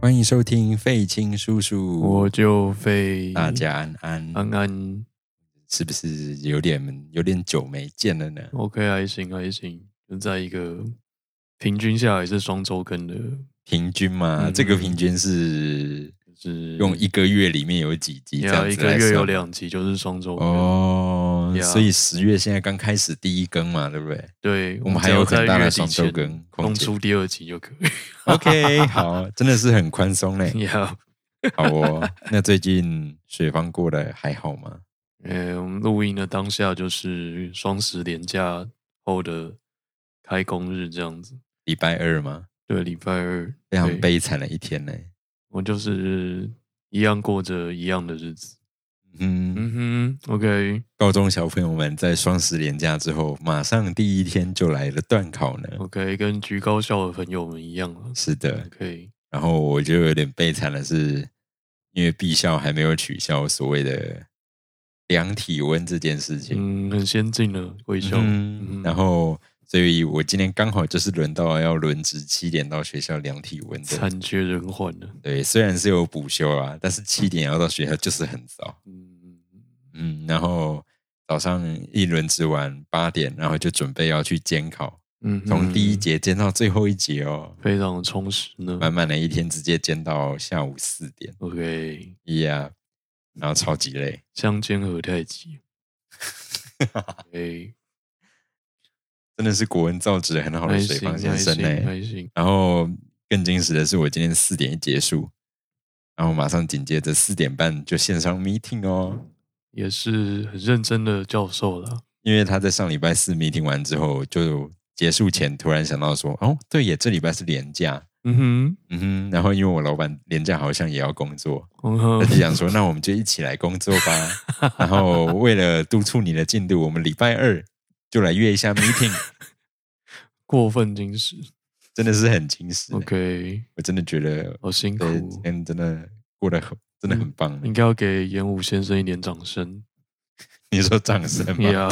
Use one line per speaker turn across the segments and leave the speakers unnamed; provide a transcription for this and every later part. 欢迎收听费青叔叔，
我嗯就非
大家安安，
安安
是不是有点有点久没见了呢？
OK 还行还行，就在一个平均下来是双周更的，
平均嘛，
嗯
这个平均是
就是
用一个月里面有几集这
呀
样
一
子
个
来
嗯月有
算
两集就是双周更。
哦，
Yeah
所以十月现在刚开始第一更嘛，对不 对
对，
我们还
只
有
要
很
在
大的
月
双
底
周
前
更空
弄
间
出第二集就可以。
？OK，好，真的是很宽松 嘞。
呀，
好哦，那最近雪芳过得还好吗？
呃，我们录音的当下就是双十连假后的开工日这样子，
礼拜二吗？
对，礼拜二
非常
对
悲惨的一天呢。
我就是一样过着一样的日子。
嗯，
嗯哼，OK
高中小朋友们在双十连假之后，马上第一天就来了段考呢。
OK，跟居高校的朋友们一样了。
是的，
OK，
然后我就有点悲惨的是，因为毕校还没有取消所谓的量体温这件事情。
嗯，很先进的贵校。
嗯，然后所以我今天刚好就是轮到要轮值七点到学校量体温的。
惨绝人寰啊的。
对，虽然是有补休啊，但是七点要到学校就是很早。
嗯，
嗯，然后早上一轮值完八点，然后就准备要去监考，
嗯哼，
从第一节监到最后一节哦，
非常的充实呢。
满满的一天直接监到下午四点，
OK，
呀、然后超级累。
相煎何 太急。哎，
真的是国文造诣很好的
还
水
行，
房
还
先生欸
行，
呢、
还行。
然后更惊喜的是，我今天四点一结束，然后马上紧接着四点半就线上 meeting 哦，
也是很认真的教授啦。
因为他在上礼拜四 meeting 完之后，就结束前突然想到说，哦，对耶，这礼拜是年假，
嗯
嗯哼，然后因为我老板年假好像也要工作，
哼，嗯
他就
哼，
想说，那我们就一起来工作 吧。然后为了督促你的进度，我们礼拜二就来约一下 meeting，
过分精实。
真的是很惊喜。
OK，
我真的觉得
好辛苦
对，今天真的过得很，真的很棒。
应该要给演武先生一点掌声。
你说掌声吗？
呀，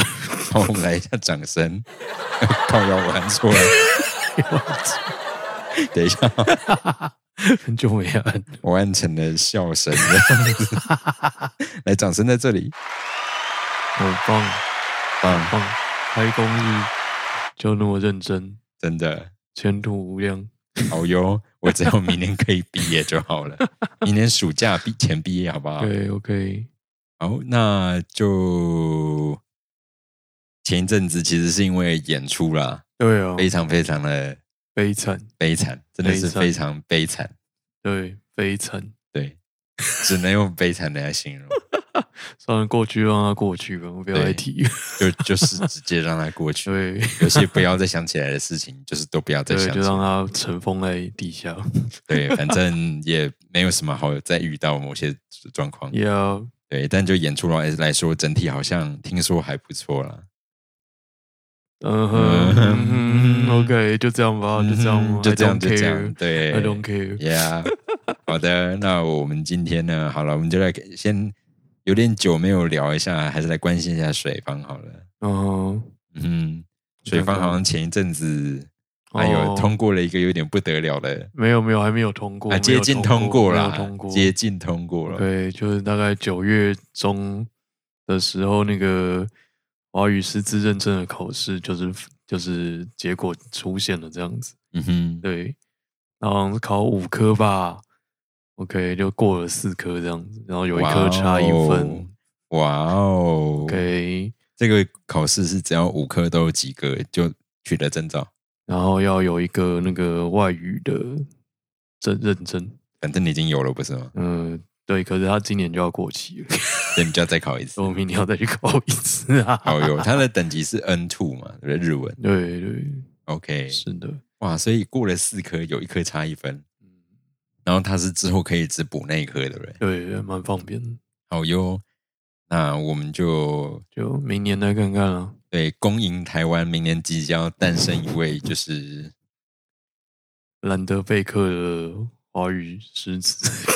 好，我们来一下掌声。 靠腰，我按 错了。等一下，
很久没按。
我按成了笑 声 这样子。来，掌声在这里，啊
很棒
棒，
棒！开工日就那么认真，
真的
前途无量。
好哦哟。我只要明年可以毕业就好 了，明年暑假毕前毕业好不好？
对，OK，
好，那就前一阵子其实是因为演出啦，
对啊，
非常非常的
悲惨，
悲惨，真的是
悲惨
非常悲惨，
对，悲惨。
对，只能用悲惨来形容，
算了，过去让它过去吧，我不要
对
再提。
就就是直接让它过去。
对，
有些不要再想起来的事情，就是都不要再
对，
想起
就让
来。
它尘封在地下。
对，反正也没有什么好再遇到某些状 况。
要
对，但就演出来来说，整体好像听说还不错啦。
嗯
嗯
哼嗯
嗯
哼，OK，就这样吧，哦就这样吧
嗯，就这样，就
I don't
这样。
care，I
对
don't care。
Yeah，好的， 那我们今天呢，好了，我们就来先有点久没有聊一下，还是来关心一下水方好了。
嗯，
嗯，水方好像前一阵子还有
哦
通过了一个有点不得了的，
没有没有，还没有通过，
啊，
没
接
有
近
通
过
没有
啦
通，过，
接近通过了。
对，就是大概九月中的时候，那个华语师资认证的考试，就是就是结果出现了这样子。
嗯哼，
对，然后好像是考五科吧，OK，就过了四科这样子，然后有一科差一
哇
分、
哦哇哦
o k
这个考试是只要五科都有及格就取得证照，
然后要有一个那个外语的证认证，
反正你已经有了不是吗？
嗯、对，可是他今年就要过期了，
所以你就要再考一次
所。以我明年要再去考一次 啊。
好哦有，它的等级是 N two 嘛，对不对？日文
对对，
OK，
是的，
哇，所以过了四科，有一科差一分，
嗯。
然后它是之后可以只补那一科，对不对？
对，蛮方便的，
好哟，那我们就
就明年再看看啊。
对恭迎台湾明年即将诞生一位就是
兰德贝克的华语诗词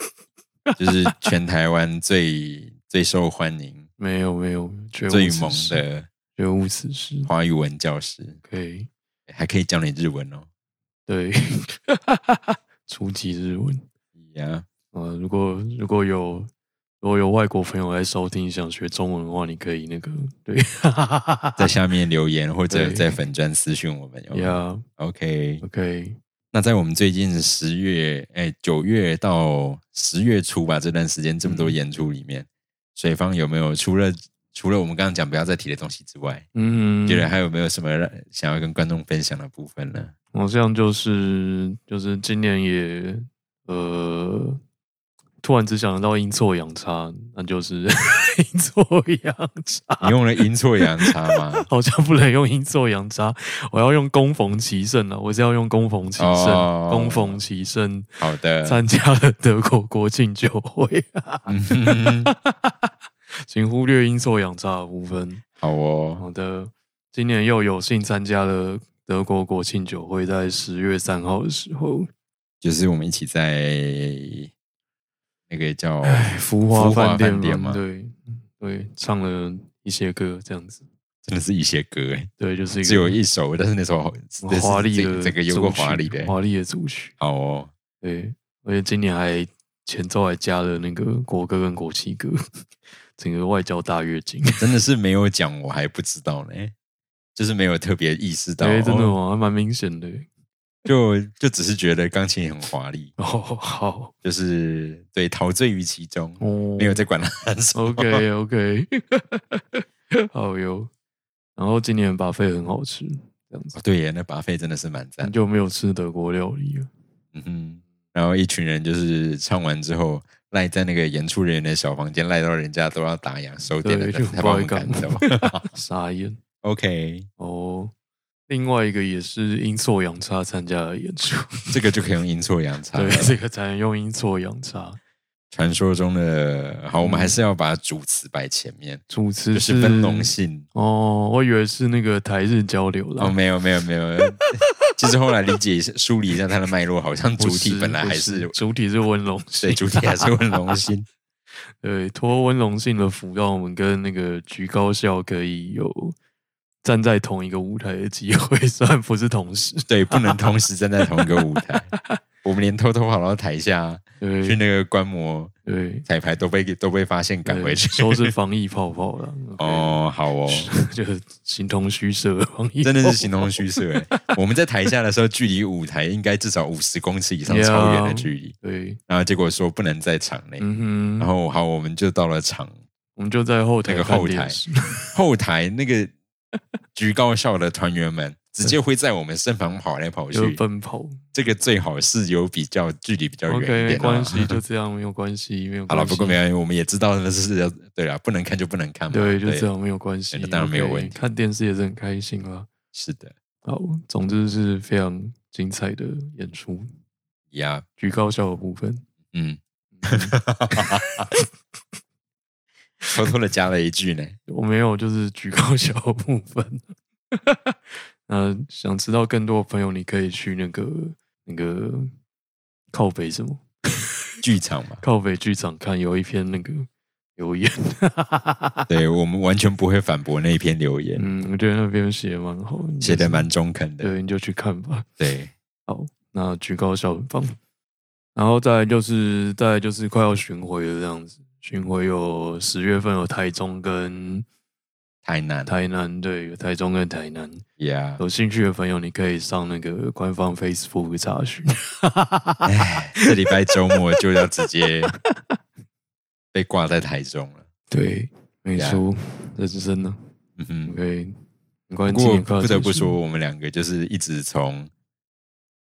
就是全台湾最最受欢迎、
没有没有，绝无
最
此
猛
事，
的
绝无此事。
华语文教师，
可以，
还可以教你日文哦。
对，初级日文。
呀，
呃，如果如果有如果有外国朋友来收听，想学中文的话，你可以那个对，
在下面留言或者
对
在粉砖私讯我们哟。
呀
OK，
，OK，
那在我们最近十月，哎，九月到十月初吧，这段时间这么
嗯
多演出里面，水方有没有除了除了我们刚刚讲不要再提的东西之外，
嗯，
觉得还有没有什么让想要跟观众分享的部分 呢？
好像就是就是今年也呃，突然只想得到阴错阳差，那就是 阴错阳差，？
你用了阴错阳差吗
好像不能用阴错阳差，我要用攻逢其胜啊！我是要用攻逢其胜，
哦
攻逢其胜
好的，
参加了德国国庆酒会、啊，
嗯哼哼哼
请忽略阴错阳差的部分。
好哦，
好的，今年又有幸参加了德国国庆酒会，在十月三号的时候。
就是我们一起在那个叫
哎，福华
福华
饭店
饭店
嘛，
嘛
对对，唱了一些歌这样子，
真的是一些歌哎，
对，就是一个
只有一首，但是那首好
很华丽
这
的
个这个有个
组曲
华丽的
华丽的组曲，
好哦，
对，而且今年还前奏还加了那个国歌跟国旗歌， 整个外交大跃进，
真的是没有讲，我还不知道呢，就是没有特别意识 到，
哎，真的
哦
吗？还蛮明显的，
就就只是觉得钢琴很华丽，
哦，好，
就是对陶醉于其中，
哦，
没有在管他什么。
，OK OK，好哟，然后今年把费很好吃，这样子
哦， 对耶，那巴菲真的是蛮赞
很
的，
久没有吃德国料理了。
嗯哼。然后一群人就是唱完之后赖在那个演出人员的小房间，赖到人家都要打烊收店了，
对，就
才
不
把我
好
们
意思
赶走。
傻眼
OK，
哦。另外一个也是阴错阳差参加了演出，
这个就可以用阴错阳差了
对，。这个才能用阴错阳差。
传说中的好，我们
嗯
还是要把主词摆前面，
主持
就是分龙信。
哦，我以为是那个台日交流啦。
哦，没有没有没有，其实后来理解一下、梳理一下它的脉络，好像主
不
体
是
本来
不
还
是
是
主体是温龙 信
对，主体还是问龙心。
对，托温龙信的福，让我们跟那个菊高校可以有站在同一个舞台的机会， 虽然不是同时。
对，不能同时站在同一个舞台。我们连偷偷跑到台下去
对
那个观摩
对，
彩排，都被都被发现赶回去
对。收拾防疫泡泡 了。OK
哦，好哦，
就是形同虚设，防疫
真的是
包
形同虚设欸。我们在台下的时候，距离舞台应该至少五十公尺以上
Yeah
超远的距离，
对，
然后结果说不能在场内，
嗯哼，
然后好，我们就到了场
我们就在后台
那个
看
后
电
台
视
后台那 个局高校的团员们直接会在我们身旁跑来跑
就
去，
奔跑。
这个最好是有比较距离比较远
OK，
一
没
点、啊。
关系，就这样，没有关系，没有
好
关
了，
系。
不过没关系，我们也知道那是对了，不能看就不能看嘛。
对，就这样，没有关系
对。当然没有
OK，
问题
看电视也是很开心啦。
是的
好，总之是非常精彩的演出，
呀
举高校的 部分。
嗯，偷偷的加了一句呢。
我没有，就是举高校的部分。 呃，想知道更多的朋友，你可以去那个那个靠北什么？
剧场 嘛，
靠北剧场看有一篇那个留言，
对我们完全不会反驳那一篇留言，
嗯，我觉得那篇写得蛮好，你就
写的
是
蛮中肯的。
对，你就去看吧。
对，
那举高校很棒，然后再来就是再来就是快要巡回了这样子，巡回有十月份有台中跟
太难了
台南，对，有台中跟台南，
呀。
有兴趣的朋友你可以上那个官方 Facebook 查询，
哎，这礼拜周末就要直 接被挂在台中了。
对，没
对啊
错，这是真的
嗯哼，
，OK，很关
不
键，今
过
年快要
不得
结
不
束
说，，我们两个就是一直从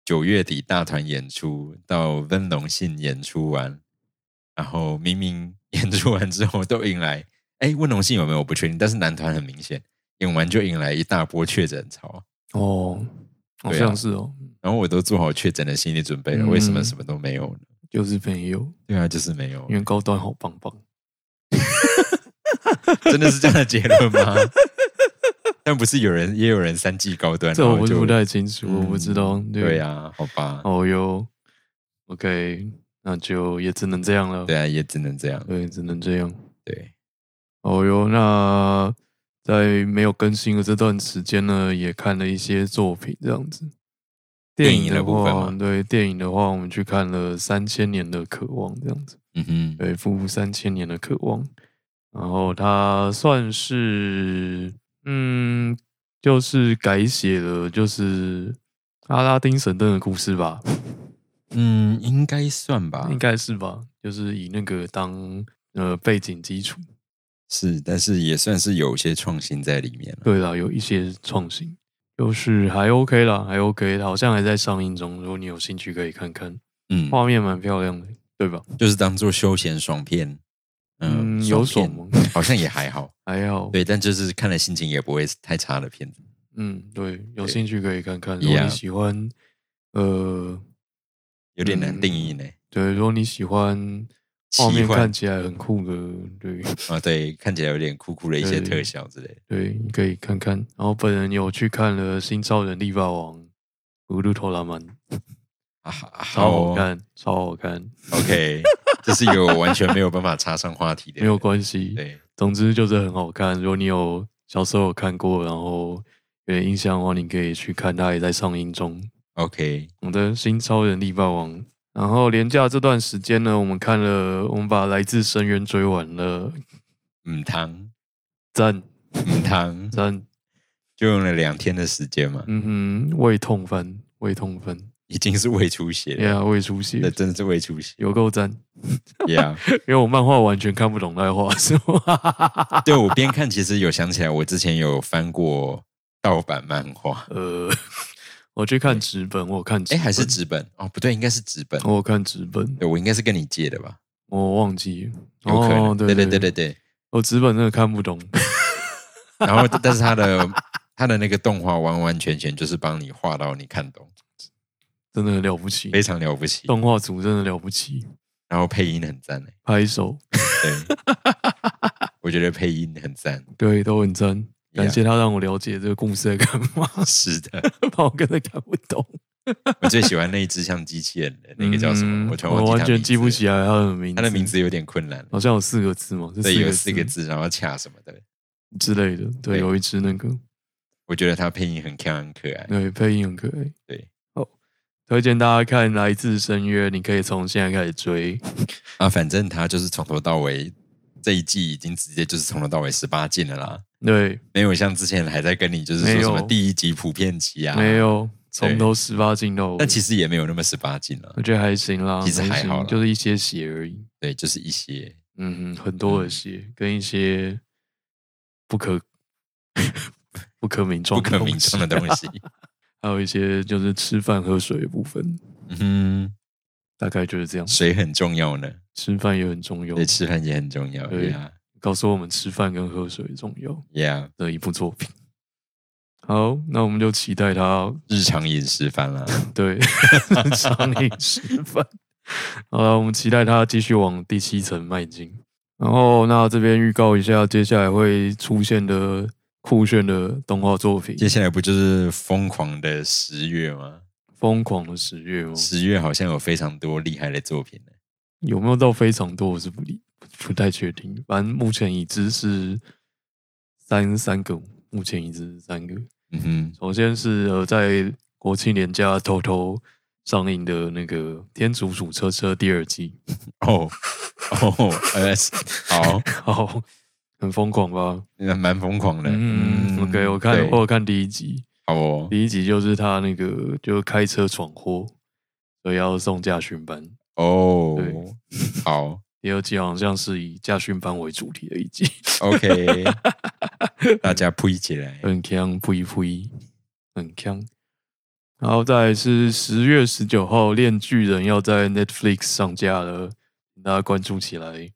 九月底大团演出到温龙信演出完，然后明明 演出完之后都迎来，哎，温龙信有没有我不确定，但是男团很明显演完就迎来一大波确诊潮，
哦，好
对啊
像是哦，
然后我都做好确诊的心理准备了，为什么
嗯
什么都没有呢？
就是没有，
对啊，就是没有
因，为高端好棒棒。
真的是这样的结论吗？ 但不是有人也有人三 G 高端，
这
然
我
后
不是
就
不太清楚，我不
嗯
知道。
对呀、，好吧，
哦哟，OK，那就也只能这样了。
对啊，也只能这样。
对，只能这样。
对，
哦哟，那在没有更新的这段时间呢，也看了一些作品，这样子。
电
电
影的部分
话
嘛
对电影的话，我们去看了《三千年的渴望》这样子，
嗯哼，
对，《负三千年的渴望》，然后它算是嗯，就是改写了就是阿拉丁神灯的故事吧，
嗯，应该算吧，
应该是吧，就是以那个当呃背景基础，
是，但是也算是有些创新在里面了。
对啦，有一些创新，就是还 OK 啦，还 OK，好像还在上映中，如果你有兴趣可以看看，
嗯，
画面蛮漂亮的，对吧？
就是当做休闲爽片，
嗯，
嗯，
有
爽
爽
片
吗？
好像也还好，
还好，
对，但就是看了心情也不会太差的片子。
嗯，对，有
对
兴趣可以看看。如果
Yeah
你喜欢，呃，
有点难定义呢。
对，如果你喜欢画
奇
面
幻
看起来很酷的，对
啊，对，看起来有点酷酷的一些
对
特效之类的。
对，你可以看看。然后本人有去看了《新超人力霸王》《葫芦头拉曼》，
啊，好
超
哦、
好看，超好看，
OK，这是一个我完全没有办法插上话题的。
没有关系。
对，
总之就是很好看。如果你有小时候有看过，然后有点印象的话，你可以去看，它也在上映中。
OK，
我的新超人力霸王。然后廉价这段时间呢，我们看了，我们把《来自深渊》追完了，
嗯汤
赞
嗯 汤，
赞，
就用了两天的时间嘛，
嗯哼，胃痛翻，胃痛翻，
已经是胃出血了，
呀、胃出
那
血，
真的是胃出血
有够赞，
，Yeah。
因为我漫画完全看不懂那画，是吗？
对我边看，其实有想起来，我之前有翻过盗版漫画，
呃， 我去看纸本，我有看纸
哎，
本，
还是纸本哦，不对，应该是纸本。
我有看纸本，
对，我应该是跟你借的吧？
我忘记了，
有可能，
哦、
对
对
对
对
对对，对。
我纸本真的看不懂，
然后，但是他的他的那个动画完完全全就是帮你画到你看懂，
真的很了不起，
非常了不起。
动画组真的了不起，
然后配音很赞欸
拍手。
对，我觉得配音很赞。
对，都很真。感
Yeah
谢他让我了解这个故事在干嘛，
是的，
怕我根本看不懂。
我最喜欢那一只像机器人的那个叫什么？
嗯
我突然
我
忘记它
完
的
全
名
记
字
不
了
起来他的名
它
字。
的名字有点困难。
好像有四个字嘛，是
对，有
四
四个
个
字，然后恰什么的。
之类的。
对
对，有一只那个，
我觉得它配音很 Q 很可爱。
对，配音很可爱。
对，
哦，推荐大家看《来自深渊》，你可以从现在开始追。
啊，反正它就是从头到尾这一季已经直接就是从头到尾十八禁了啦，
对，
没有像之前还在跟你就是说
没
什
有
么第一集普遍级啊，
没。有从头十八进到尾，
但其实也没有那么十八禁了
我，觉得还行啦，
其实还
行
好啦
就是一些血而已。
对，就是一些
嗯哼，很多的
嗯
血跟一些不可不可名状
不
的
可
东
名
西啊
状的东西。
还有一些就是吃饭喝水的部分，
嗯
大概就是这样
哼，。水很重要呢，
吃饭也很重要
对，，吃饭也很重要。
对
呀
告诉我们吃饭跟喝水重要
呀，
的一部作品。好，那我们就期待它
日常饮食饭啦。
对 常理吃饭。好了，我们期待它继续往第七层迈进。然后，那这边预告一下接下来会出现的酷炫的动画作品
接
《
下来不就是疯狂的十月吗？
疯狂的十月》哦吗？
十月好像有非常多厉害的作品呢。
有没有到非常多，我是不理不太确定。反正目前已知是三三个，目前已知是三个。
嗯哼，
首先是呃，在国庆年假偷偷上映的那个《天竺鼠车车》第二季，
哦哦，呃，是好，
好，很疯狂吧？
那蛮疯狂的。
嗯，OK，我看
对
我有看第一集，
好哦，
第一集就是他那个就开车闯祸，所以要送驾训班。
哦
对，
好
第二季好像是以驾训班为主题的一集。
，OK，大家扑起来。
很强，不一不一，很强。然后再来是十月十九号，《恋巨人》要在 Netflix 上架了，请大家关注起来。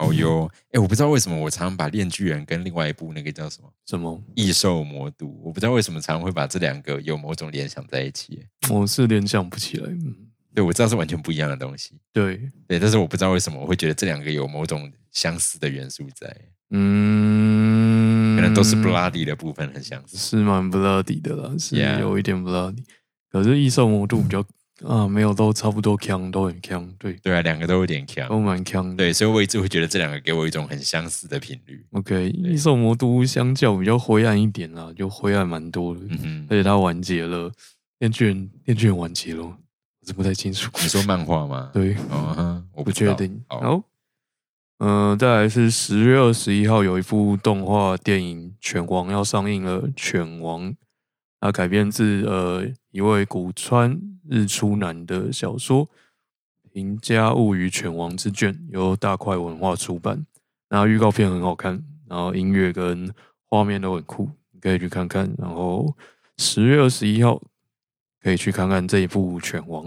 好哟，哎，我不知道为什么我常常把《恋巨人》跟另外一部那个叫什么《
什么？
异兽魔都》，我不知道为什么常常会把这两个有某种联想在一起。
我是联想不起来。嗯，
对，我知道是完全不一样的东西。
对，
对，但是我不知道为什么我会觉得这两个有某种相似的元素在，
嗯，
可能都是 bloody 的部分很相似。
是蛮 bloody 的啦，是
Yeah
有一点 bloody。可是异兽魔度比较啊，没有都差不多强，都很强，对，
对啊，两个都有点强。
都蛮强的。
对，所以我一直会觉得这两个给我一种很相似的频率。
OK，异兽魔都相较比较灰暗一点啦，就灰暗蛮多的。
嗯哼，
而且它完结了电锯人电锯人完结了吗，我是不太清楚。
你说漫画吗？
对，
哦，哼我
不
知道
确定。
好，
好，嗯、再来是十月二十一号有一部动画电影《犬王》要上映了，《犬王》它改编自呃一位古川日出男的小说《平家物语·犬王之卷》，由大块文化出版。那预告片很好看，然后音乐跟画面都很酷，你可以去看看。然后十月二十一号可以去看看这一部《犬王》。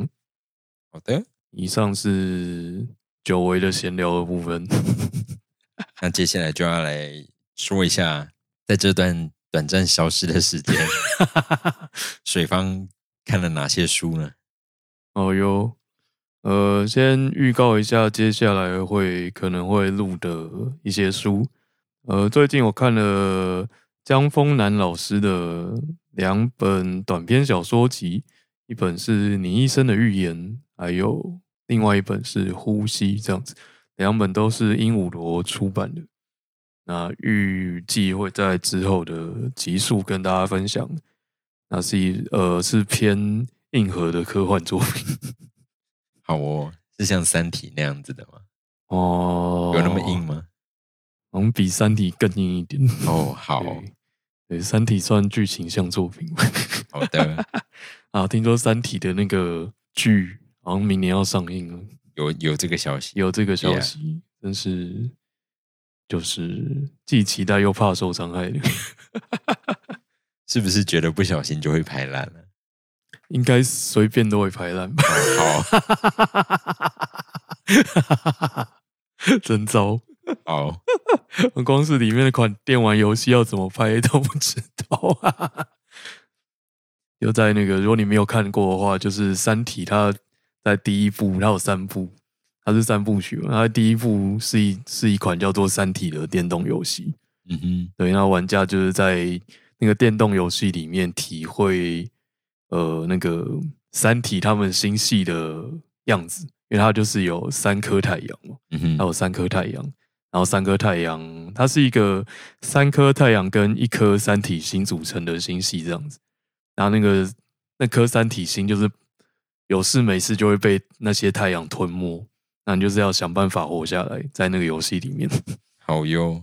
好的，
以上是久违的闲聊的部分。
那接下来就要来说一下，在这段短暂消失的时 间，水方看了哪些书呢？
哦哟，呃，先预告一下接下来会可能会录的一些书。呃，最近我看了江峰南老师的两本短篇小说集，一本是《你一生的预言》，还有另外一本是《呼吸》，这样子，两本都是鹦鹉螺出版的。那预计会在之后的集数跟大家分享。那是一呃是偏硬核的科幻作品
好哦，是像《三体》那样子的吗？
哦，
有那么硬？吗？
好像比《三体》更硬一点。
哦，好
对，对，《三体》算剧情像作品
好的，
啊。听说《三体》的那个剧好像明年要上映了，
有有这个消息，
有这个消
Yeah
息真是就是既期待又怕受伤害的，
是不是觉得不小心就会排烂了？
应该随便都会排烂吧。
哦
真糟！
好 好，
我光是里面的款电玩游戏要怎么拍都不知道啊。 就在那个，如果你没有看过的话，就是《三体》，它在第一部，它有三部，它是三部曲嘛。它第一部是一是一款叫做《三体》的电动游戏，
嗯哼，
对，那玩家就是在那个电动游戏里面体会，呃，那个《三体》他们星系的样子，因为它就是有三颗太阳嘛。
嗯
它
哼，
有三颗太阳，然后三颗太阳，它是一个三颗太阳跟一颗三体星组成的星系这样子。然后那个那颗三体星就是有事没事就会被那些太阳吞没，那你就是要想办法活下来，在那个游戏里面，
好哟，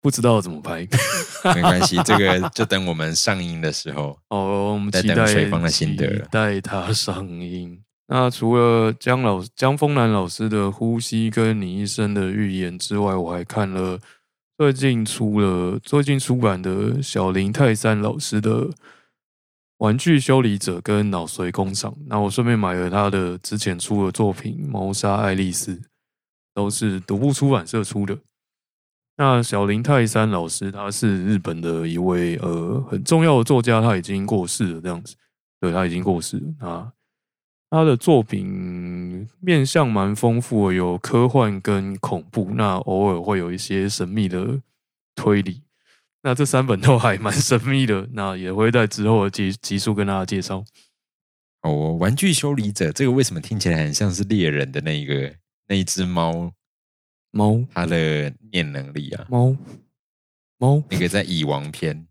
不知道怎么拍。
没关系，这个就等我们上映的时候。
哦，我们
在
期
等
待
水方的心得
期待它上映。 那除了江老江峰南老师的《呼吸》跟你一生的预言之外，我还看了最近出了最近出版的小林泰山老师的《玩具修理者》跟《脑髓工厂》。那我顺便买了他的之前出的作品《谋杀爱丽丝》，都是独步出版社出的。那小林泰山老师，他是日本的一位呃很重要的作家，他已经过世了，这样子。对他已经过世了。那他的作品面向蛮丰富的，有科幻跟恐怖，那偶尔会有一些神秘的推理。那这三本都还蛮神秘的，那也会在之后的集集数跟大家介绍。
哦，我玩具修理者这个为什么听起来很像是猎人的那一个那一只猫
猫
它的念能力啊？
猫猫，
那个在蚁王篇，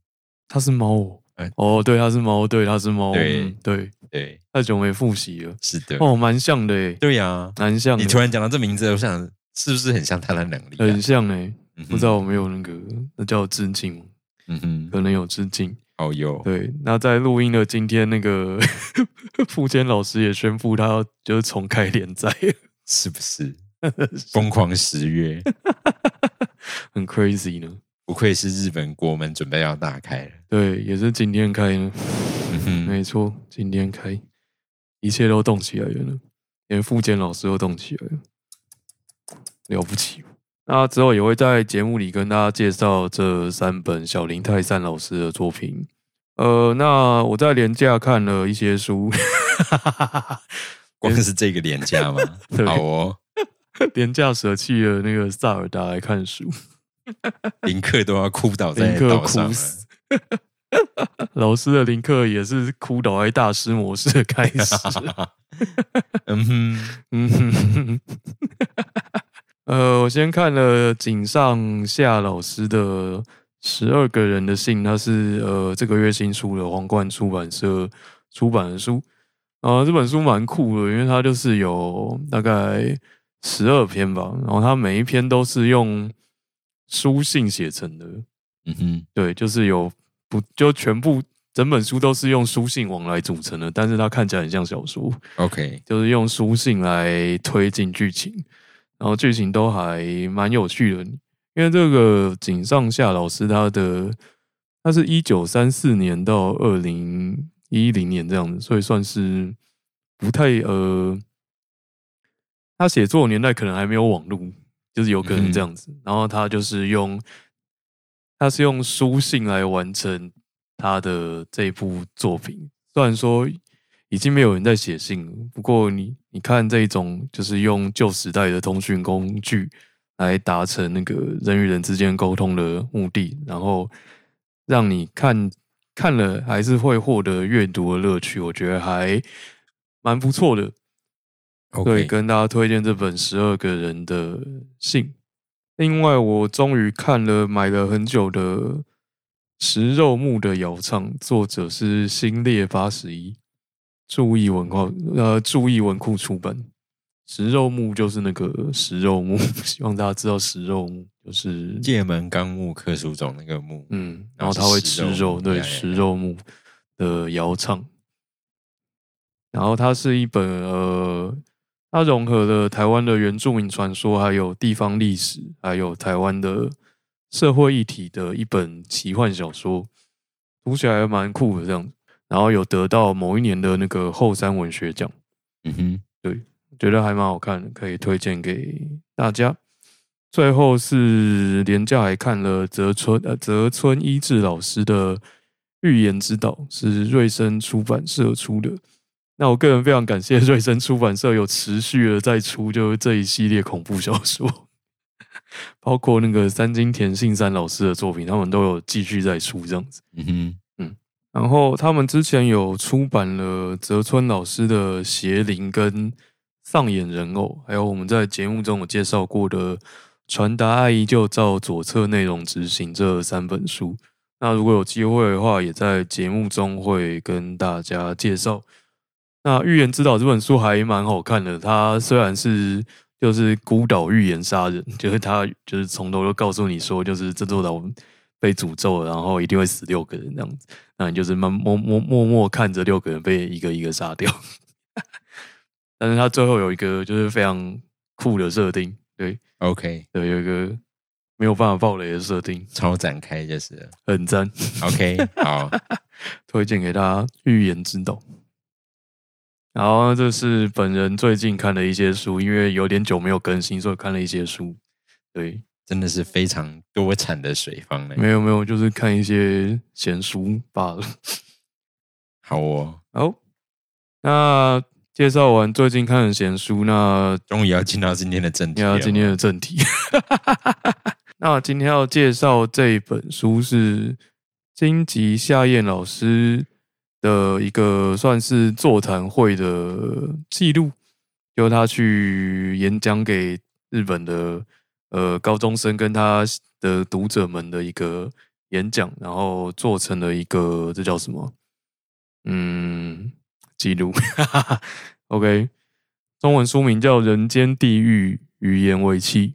它是猫哦
哎。
哦，对，它是猫，对，它是猫，
对
嗯对，
对，
太久没复习了，
是的，
哦，嗯蛮像的诶，
对呀。
蛮像的，
你突然讲到这名字，我想是不是很像它的能力啊？
很像诶，
嗯哼
不知，道有没有那个那叫致敬吗，
嗯哼，哦
可能有致敬。
好哟，
对，那在录音的今天，那个 富坚老师也宣布他要就是重开连载，
是不 是疯狂十月？
很 crazy 呢。
不愧是日本国门准备要大开了。
对，也是今天 开呢，
嗯哼，
没错，今天开，一切都动起来了呢，连富坚老师都动起来了，了不起。那之后也会在节目里跟大家介绍这三本小林泰山老师的作品。呃，那我在廉价看了一些书，
光是这个廉价吗
对？
好哦，
廉价舍弃了那个萨尔达来看书。
林克都要哭倒在
林克
岛上
哭
了。
死。 老师的林克也是哭倒在大师模式的开始。
嗯哼，
嗯哼哼哼， 呃，我先看了井上夏老师的《十二个人的信》，他是呃这个月新出的皇冠出版社出版的书。啊，这本书蛮酷的，因为它就是有大概十二篇吧，然后它每一篇都是用书信写成的，
嗯哼，
对，就是有不就全部整本书都是用书信往来组成的，但是它看起来很像小说，
，OK，
就是用书信来推进剧情，然后剧情都还蛮有趣的。因为这个井上夏老师他的他是一九三四年到二零一零年这样子，所以算是不太呃，他写作的年代可能还没有网络，就是有可能这样子。然后他就是用他是用书信来完成他的这部作品，虽然说已经没有人在写信了，不过你你看这种就是用旧时代的通讯工具来达成那个人与人之间沟通的目的，然后让你看看了还是会获得阅读的乐趣，我觉得还蛮不错的。对，
，OK，
跟大家推荐这本《十二个人的信》。另外，我终于看了买了很久的《食肉目的摇唱》，作者是新列八十一，注意文化呃，注意文库出版。食肉目就是那个食肉目， 希望大家知道食肉目就是
界门纲目科属种那个目，
嗯，然
然后
后他
是
会
食
吃
肉
肉，
木
对，
呀呀
食
呀
肉目的摇唱。然后它是一本呃，它融合了台湾的原住民传说，还有地方历史，还有台湾的社会议题的一本奇幻小说，读起来蛮酷的这样。然后有得到某一年的那个后山文学奖，
嗯哼，
觉得还蛮好看的，可以推荐给大家。最后是廉价还看了泽村呃泽村一志老师的《预言之岛》，是瑞声出版社出的。那我个人非常感谢瑞声出版社有持续的在出，就是这一系列恐怖小说， 包括那个三金田信三老师的作品，他们都有继续在出这样子。
嗯哼，
然后他们之前有出版了泽村老师的《邪灵》跟《上演人偶》，还有我们在节目中有介绍过的《传达爱依旧照左侧内容执行》这三本书。那如果有机会的话，也在节目中会跟大家介绍。那《预言之岛》这本书还蛮好看的，它虽然是就是孤岛预言杀人， 就是它就是从头就告诉你说，就是这座岛被诅咒了，然后一定会死六个人这样子。那你就是慢默默默默看着六个人被一个一个杀掉。 但是他最后有一个就是非常酷的设定，对
，OK，
对，有一个没有办法爆雷的设定，
超展开就是了
很赞，
，OK，好，
推荐给大家《预言之岛》。然后这是本人最近看的一些书，因为有点久没有更新，所以看了一些书。对，
真的是非常多产的水方嘞，
没有没有，就是看一些闲书罢了。
好哦，
好，那介绍完最近看的闲书，那
终于要进到今天的正题
要
了，
今天的正题。啊 那今天要介绍这一本书是金吉夏彦老师的一个算是座谈会的记录，就是他去演讲给日本的呃高中生跟他的读者们的一个演讲，然后做成了一个这叫什么？嗯，记录。OK，中文书名叫《人间地狱语言为器》，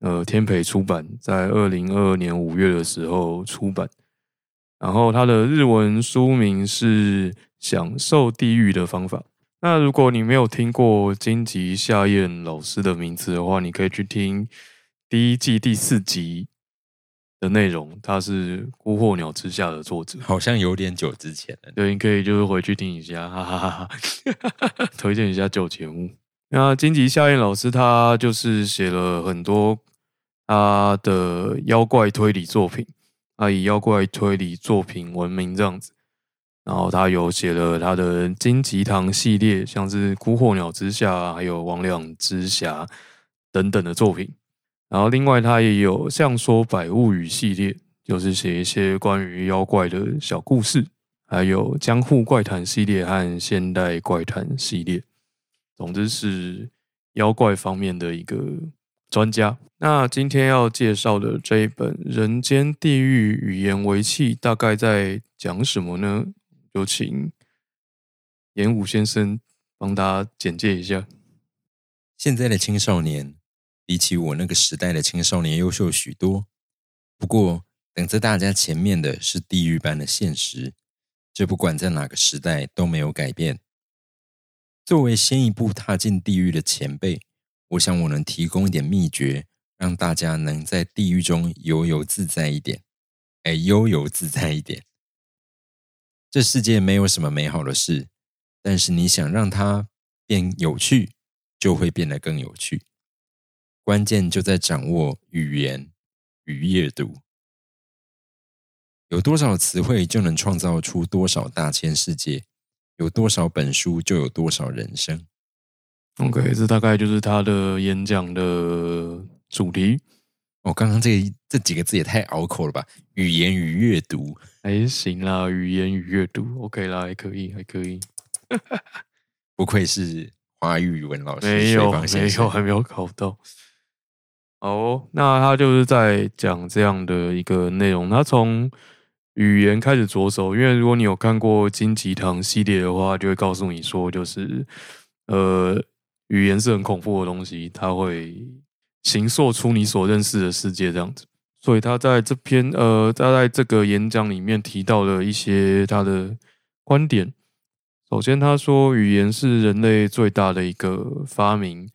呃，天培出版，在二零二二年五月的时候出版。然后它的日文书名是《享受地狱的方法》。那如果你没有听过金吉夏彦老师的名字的话，你可以去听第一季第四集的内容，他是《孤惑鸟之下》的作者。
好像有点久之前了，
对，你可以就是回去听一下，哈哈哈哈，推荐一下旧节目。那金吉夏彦老师他就是写了很多他的妖怪推理作品，他以妖怪推理作品闻名这样子。然后他有写了他的金吉堂系列，像是《孤火鸟之下》还有《魍魉之匣》等等的作品。然后另外他也有《像说百物语》系列，就是写一些关于妖怪的小故事。还有《江户怪谈》系列和《现代怪谈》系列，总之是妖怪方面的一个专家。那今天要介绍的这一本《人间地狱语言为器》，大概在讲什么呢？有请演武先生帮大家简介一下。
现在的青少年比起我那个时代的青少年优秀许多。不过，等着大家前面的是地狱般的现实，这不管在哪个时代都没有改变。作为先一步踏进地狱的前辈，我想我能提供一点秘诀，让大家能在地狱中悠游自在一点。哎，悠游自在一点。这世界没有什么美好的事，但是你想让它变有趣，就会变得更有趣。关键就在掌握语言与阅读。有多少词汇，就能创造出多少大千世界；有多少本书，就有多少人生。
OK，这大概就是他的演讲的主题。
哦，刚刚这这几个字也太拗口了吧？语言与阅读，
还行啦，语言与阅读 OK 啦，还可以，还可以。
不愧是华语语文老师，
没有，
水房先
没
生
有，还没有考到。哦，那他就是在讲这样的一个内容。他从语言开始着手，因为如果你有看过金吉堂系列的话，就会告诉你说，就是呃，语言是很恐怖的东西，它会形塑出你所认识的世界这样子。所以他在这篇呃，他在这个演讲里面提到了一些他的观点。首先，他说语言是人类最大的一个发明，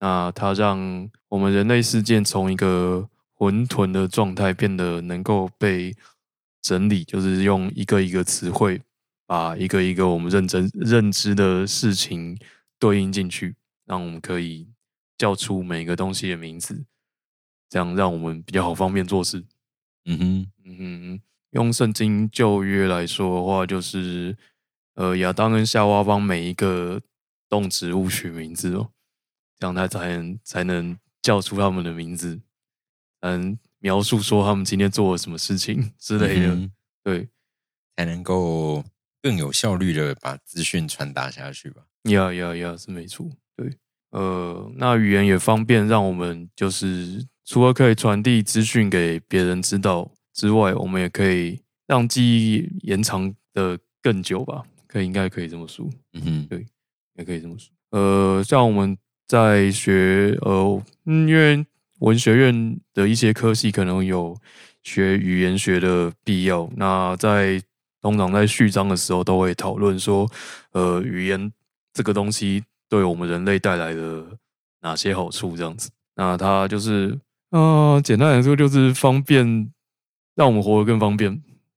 那它让我们人类世界从一个混沌的状态变得能够被整理，就是用一个一个词汇把一个一个我们认真认知的事情对应进去，让我们可以叫出每个东西的名字，这样让我们比较好方便做事。
嗯哼，
嗯，用圣经旧约来说的话，就是呃，亚当跟夏娃帮每一个动植物取名字哦，这样他才能才能叫出他们的名字，嗯，描述说他们今天做了什么事情之类的。
嗯哼
对
才能够更有效率的把资讯传达下去吧。
呀呀呀，是没错。对，呃，那语言也方便，让我们就是除了可以传递资讯给别人知道之外，我们也可以让记忆延长的更久吧。可以，应该可以这么说，
嗯哼，
也可以这么说。呃，像我们在学呃，嗯因为文学院的一些科系可能有学语言学的必要，那在通常在序章的时候都会讨论说，呃，语言这个东西对我们人类带来了哪些好处，这样子。那它就是，呃，简单来说就是方便，让我们活得更方便，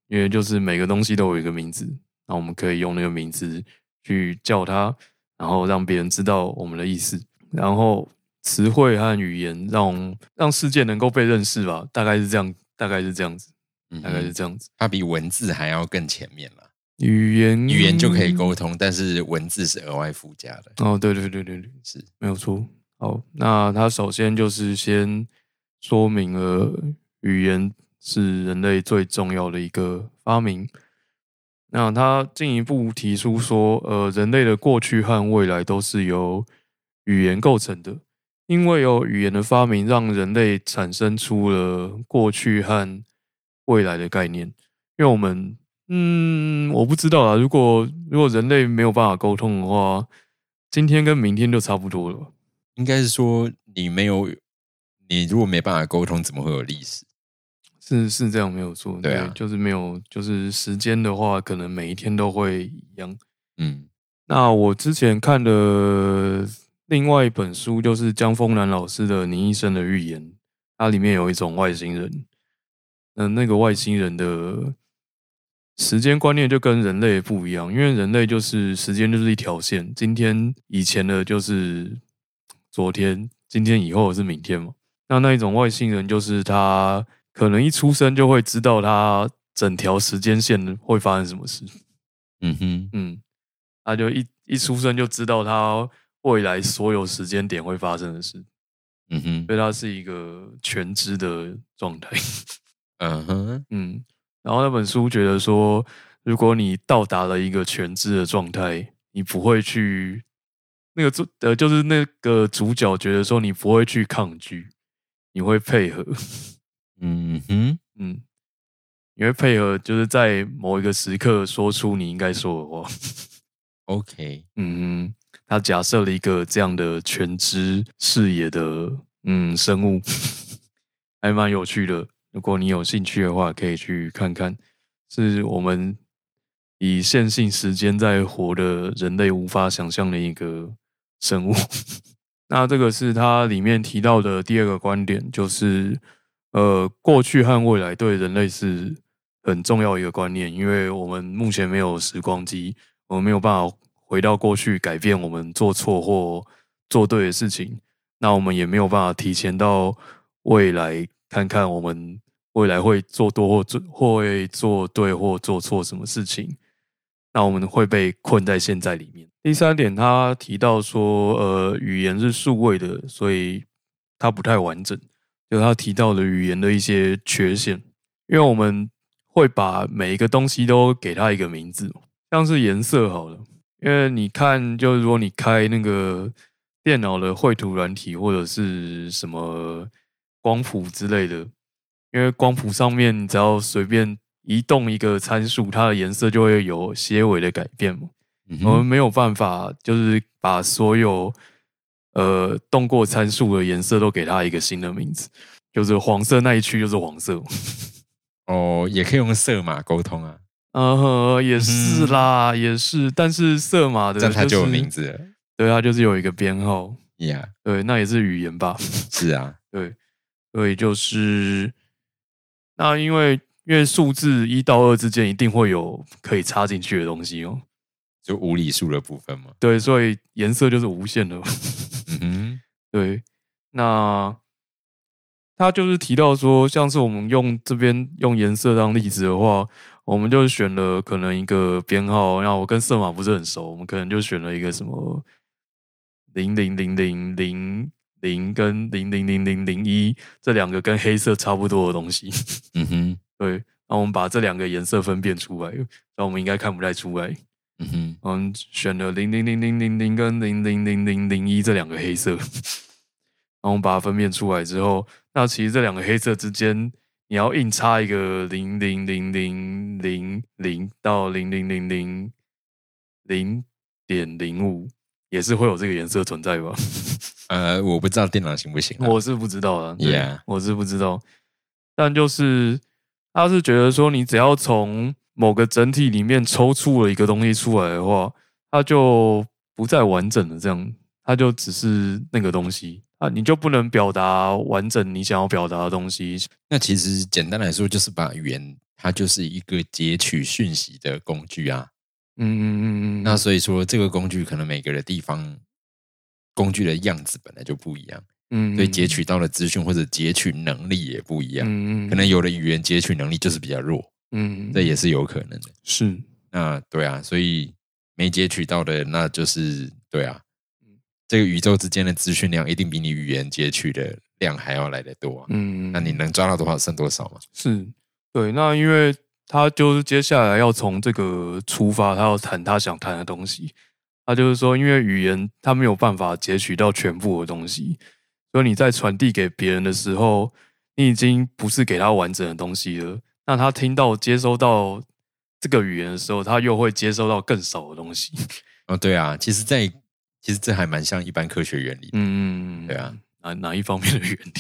因为就是每个东西都有一个名字，那我们可以用那个名字去叫它，然后让别人知道我们的意思，然后词汇和语言让让世界能够被认识吧，大概是这样，大概是这样子，
嗯
大概是
哼，
这样子。
它比文字还要更前面了。
语言
语言就可以沟通，但是文字是额外附加的。
哦，对对对对对，
是，
没有错。好，那他首先就是先说明了语言是人类最重要的一个发明。那他进一步提出说，呃，人类的过去和未来都是由语言构成的，因为有语言的发明，让人类产生出了过去和未来的概念。因为我们，嗯，我不知道啊。如果如果人类没有办法沟通的话，今天跟明天就差不多了吧。
应该是说你没有，你如果没办法沟通，怎么会有历史？
是是这样，没有错。
对啊
就是没有，就是时间的话，可能每一天都会一样。
嗯
那我之前看的另外一本书就是江峰南老师的《你一生的预言》，它里面有一种外星人，那那个外星人的时间观念就跟人类不一样，因为人类就是时间就是一条线，今天以前的就是昨天，今天以后的是明天嘛。那那一种外星人就是他可能一出生就会知道他整条时间线会发生什么事。
嗯哼，
嗯，他就一一出生就知道他未来所有时间点会发生的事，
嗯哼，
所以他是一个全知的状态。
嗯哼，
嗯，然后那本书觉得说，如果你到达了一个全知的状态，你不会去那个主呃，就是那个主角觉得说你不会去抗拒，你会配合，
嗯哼，
嗯，你会配合，就是在某一个时刻说出你应该说的话。
OK，
嗯，他假设了一个这样的全知视野的嗯生物， 还蛮有趣的。如果你有兴趣的话，可以去看看，是我们以线性时间在活的人类无法想象的一个生物。 那这个是它里面提到的第二个观点，就是呃，过去和未来对人类是很重要一个观念，因为我们目前没有时光机，我们没有办法回到过去改变我们做错或做对的事情，那我们也没有办法提前到未来看看我们未来会做多或做或会做对或做错什么事情，那我们会被困在现在里面。第三点，他提到说，呃，语言是数位的，所以它不太完整，就他提到了语言的一些缺陷，因为我们会把每一个东西都给它一个名字，像是颜色好了。因为你看，就如果你开那个电脑的绘图软体或者是什么光谱之类的，因为光谱上面你只要随便移动一个参数，它的颜色就会有些微的改变嘛。
嗯
我们
哼
没有办法就是把所有呃动过参数的颜色都给它一个新的名字，就是黄色那一区就是黄色。
哦，也可以用色码沟通啊，
呃，也是
嗯
啦，也是，但是色码的、
这样它就有
是
名字了。
对，它就是有一个编号，
呀、
对，那也是语言吧，
是啊，
对，所以就是那因为因为数字一到二之间一定会有可以插进去的东西哦，
就无理数的部分嘛。
对，所以颜色就是无限的。
嗯哼，
对，那他就是提到说，像是我们用这边用颜色当例子的话，我们就选了可能一个编号，那我跟色码不是很熟，我们可能就选了一个什么零零零零零零跟零零零零零一这两个跟黑色差不多的东西。
嗯哼，
对，那我们把这两个颜色分辨出来，那我们应该看不太出来。
嗯哼，
我们选了零零零零零零跟零零零零零一这两个黑色， 然后我们把它分辨出来之后，那其实这两个黑色之间，你要硬插一个零零零零零零到零零零零零点零五，也是会有这个颜色存在吧？
呃，我不知道电脑行不行、啊。
我是不知道啦，对
Yeah
我是不知道。但就是他是觉得说，你只要从某个整体里面抽出了一个东西出来的话，它就不再完整了。这样，它就只是那个东西啊，你就不能表达完整你想要表达的东西。
那其实简单来说，就是把语言它就是一个截取讯息的工具啊。
嗯嗯嗯嗯，
那所以说，这个工具可能每个的地方工具的样子本来就不一样，
嗯
所以截取到的资讯或者截取能力也不一样。
嗯嗯嗯
可能有的语言截取能力就是比较弱，
嗯
这也是有可能的。
是嗯
那对啊，所以没截取到的，那就是对啊，
嗯
这个宇宙之间的资讯量一定比你语言截取的量还要来得多、啊。
嗯，
那你能抓到多少剩多少嘛？
是对，那因为他就是接下来要从这个出发，他要谈他想谈的东西。他就是说，因为语言他没有办法截取到全部的东西，所以你在传递给别人的时候，你已经不是给他完整的东西了。那他听到、接收到这个语言的时候，他又会接收到更少的东西。
哦，对啊，其实在，其实这还蛮像一般科学原理的。
嗯，
对啊，
哪哪一方面的原理？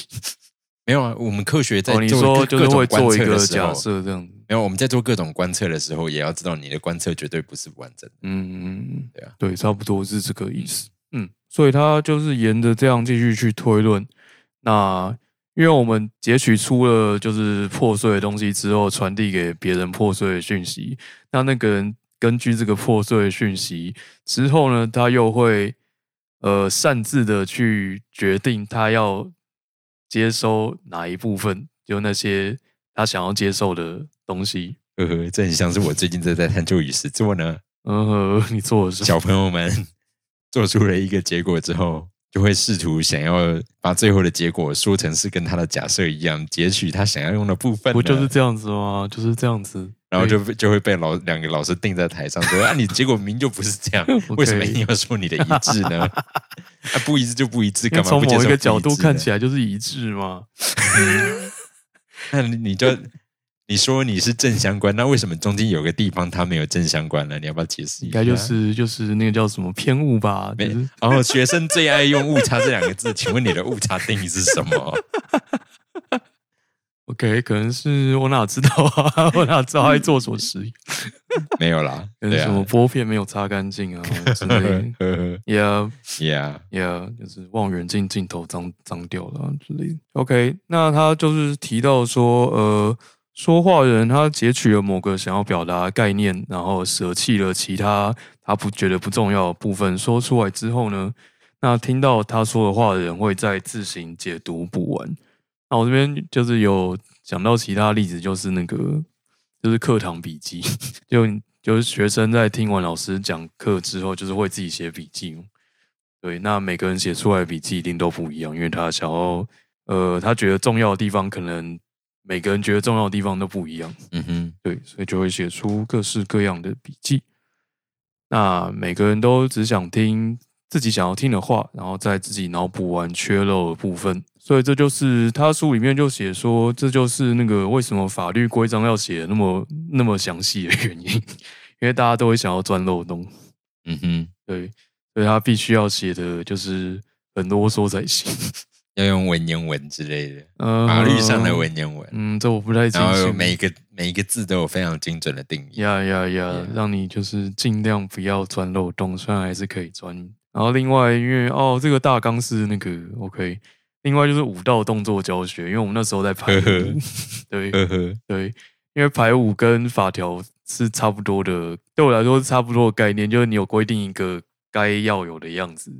没有啊，我们科学在
哦，你
做
说
各
就是
各
会
种
做
观
一
测
个
的时
假
候，
设这样子。
没有我们在做各种观测的时候，也要知道你的观测绝对不是完整的。
嗯，
对啊，
对，差不多是这个意思。嗯，所以他就是沿着这样继续去推论。那因为我们截取出了就是破碎的东西之后，传递给别人破碎的讯息，那那个人根据这个破碎的讯息之后呢，他又会呃擅自的去决定他要接收哪一部分，就那些他想要接受的东西。
呵呵，这很像是我最近正在探究与实做呢。
嗯、呃，你做的是
小朋友们做出了一个结果之后，就会试图想要把最后的结果说成是跟他的假设一样，截取他想要用的部分呢。
不就是这样子吗？就是这样子，
然后就
对
被就会被老两个老师定在台上说：“啊，你结果明明就不是这 样，为什么一定要说你的一致呢？啊，不一致就不一致，
因为
干嘛
从
不接受
某一个角度看起
来，嗯
来就是一致嘛。
那你就你说你是正相关，那为什么中间有个地方它没有正相关呢？你要不要解释一
应
下？
该就是就是那个叫什么偏误吧，就
没
是。
然后哦学生最爱用误差这两个字，请问你的误差定义是什 么？
OK，可能是我哪知道啊？ 我哪知道他在做什么实验？
没有啦，
可能
对
什么
啊
玻片没有擦干净啊 之类
呵
的。Yeah，
，Yeah，
Yeah，就是望远镜镜头脏脏掉了啊之类的。OK，那他就是提到说，呃，说话人他截取了某个想要表达的概念，然后舍弃了其他他不觉得不重要的部分，说出来之后呢，那听到他说的话的人会再自行解读补完。那我这边就是有讲到其他例子，就是那个就是课堂笔记， 就就是学生在听完老师讲课之后，就是会自己写笔记嘛。对，那每个人写出来的笔记一定都不一样，因为他想要，呃，他觉得重要的地方，可能每个人觉得重要的地方都不一样，
嗯哼，
对，所以就会写出各式各样的笔记。那每个人都只想听自己想要听的话，然后再自己脑补完缺漏的部分。所以这就是他书里面就写说，这就是那个为什么法律规章要写得那么那么详细的原因， 因为大家都会想要钻漏洞。
嗯哼，
对，所以他必须要写的就是很啰嗦才行。
要用文言文之类的，
呃
法律上的，文言文，
嗯，这我不太清
然后有
楚。
每一个每一个字都有非常精准的定义。
呀呀呀
Yeah，
让你就是尽量不要钻漏洞，虽然还是可以钻。然后另外，因为哦，这个大纲是那个 OK，另外就是舞蹈动作教学，因为我们那时候在排
呵呵
舞， 对
呵呵，
对，因为排舞跟法条是差不多的，对我来说是差不多的概念，就是你有规定一个该要有的样子，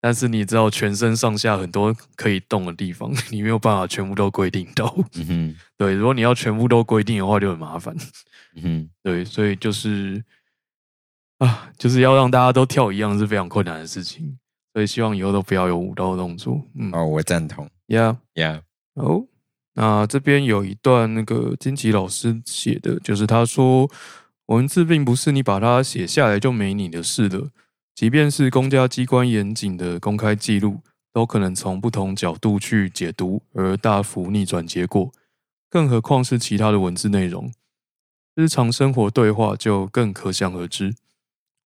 但是你知道全身上下很多可以动的地方， 你没有办法全部都规定到。
嗯哼，
对，如果你要全部都规定的话，就很麻烦。
嗯哼，
对，所以就是啊，就是要让大家都跳一样是非常困难的事情，所以希望以后都不要有舞蹈动作。嗯，
哦，我赞同
呀、
，Yeah，
哦，那这边有一段那个金奇老师写的，就是他说，文字并不是你把它写下来就没你的事了，即便是公家机关严谨的公开记录，都可能从不同角度去解读而大幅逆转结果，更何况是其他的文字内容。日常生活对话就更可想而知。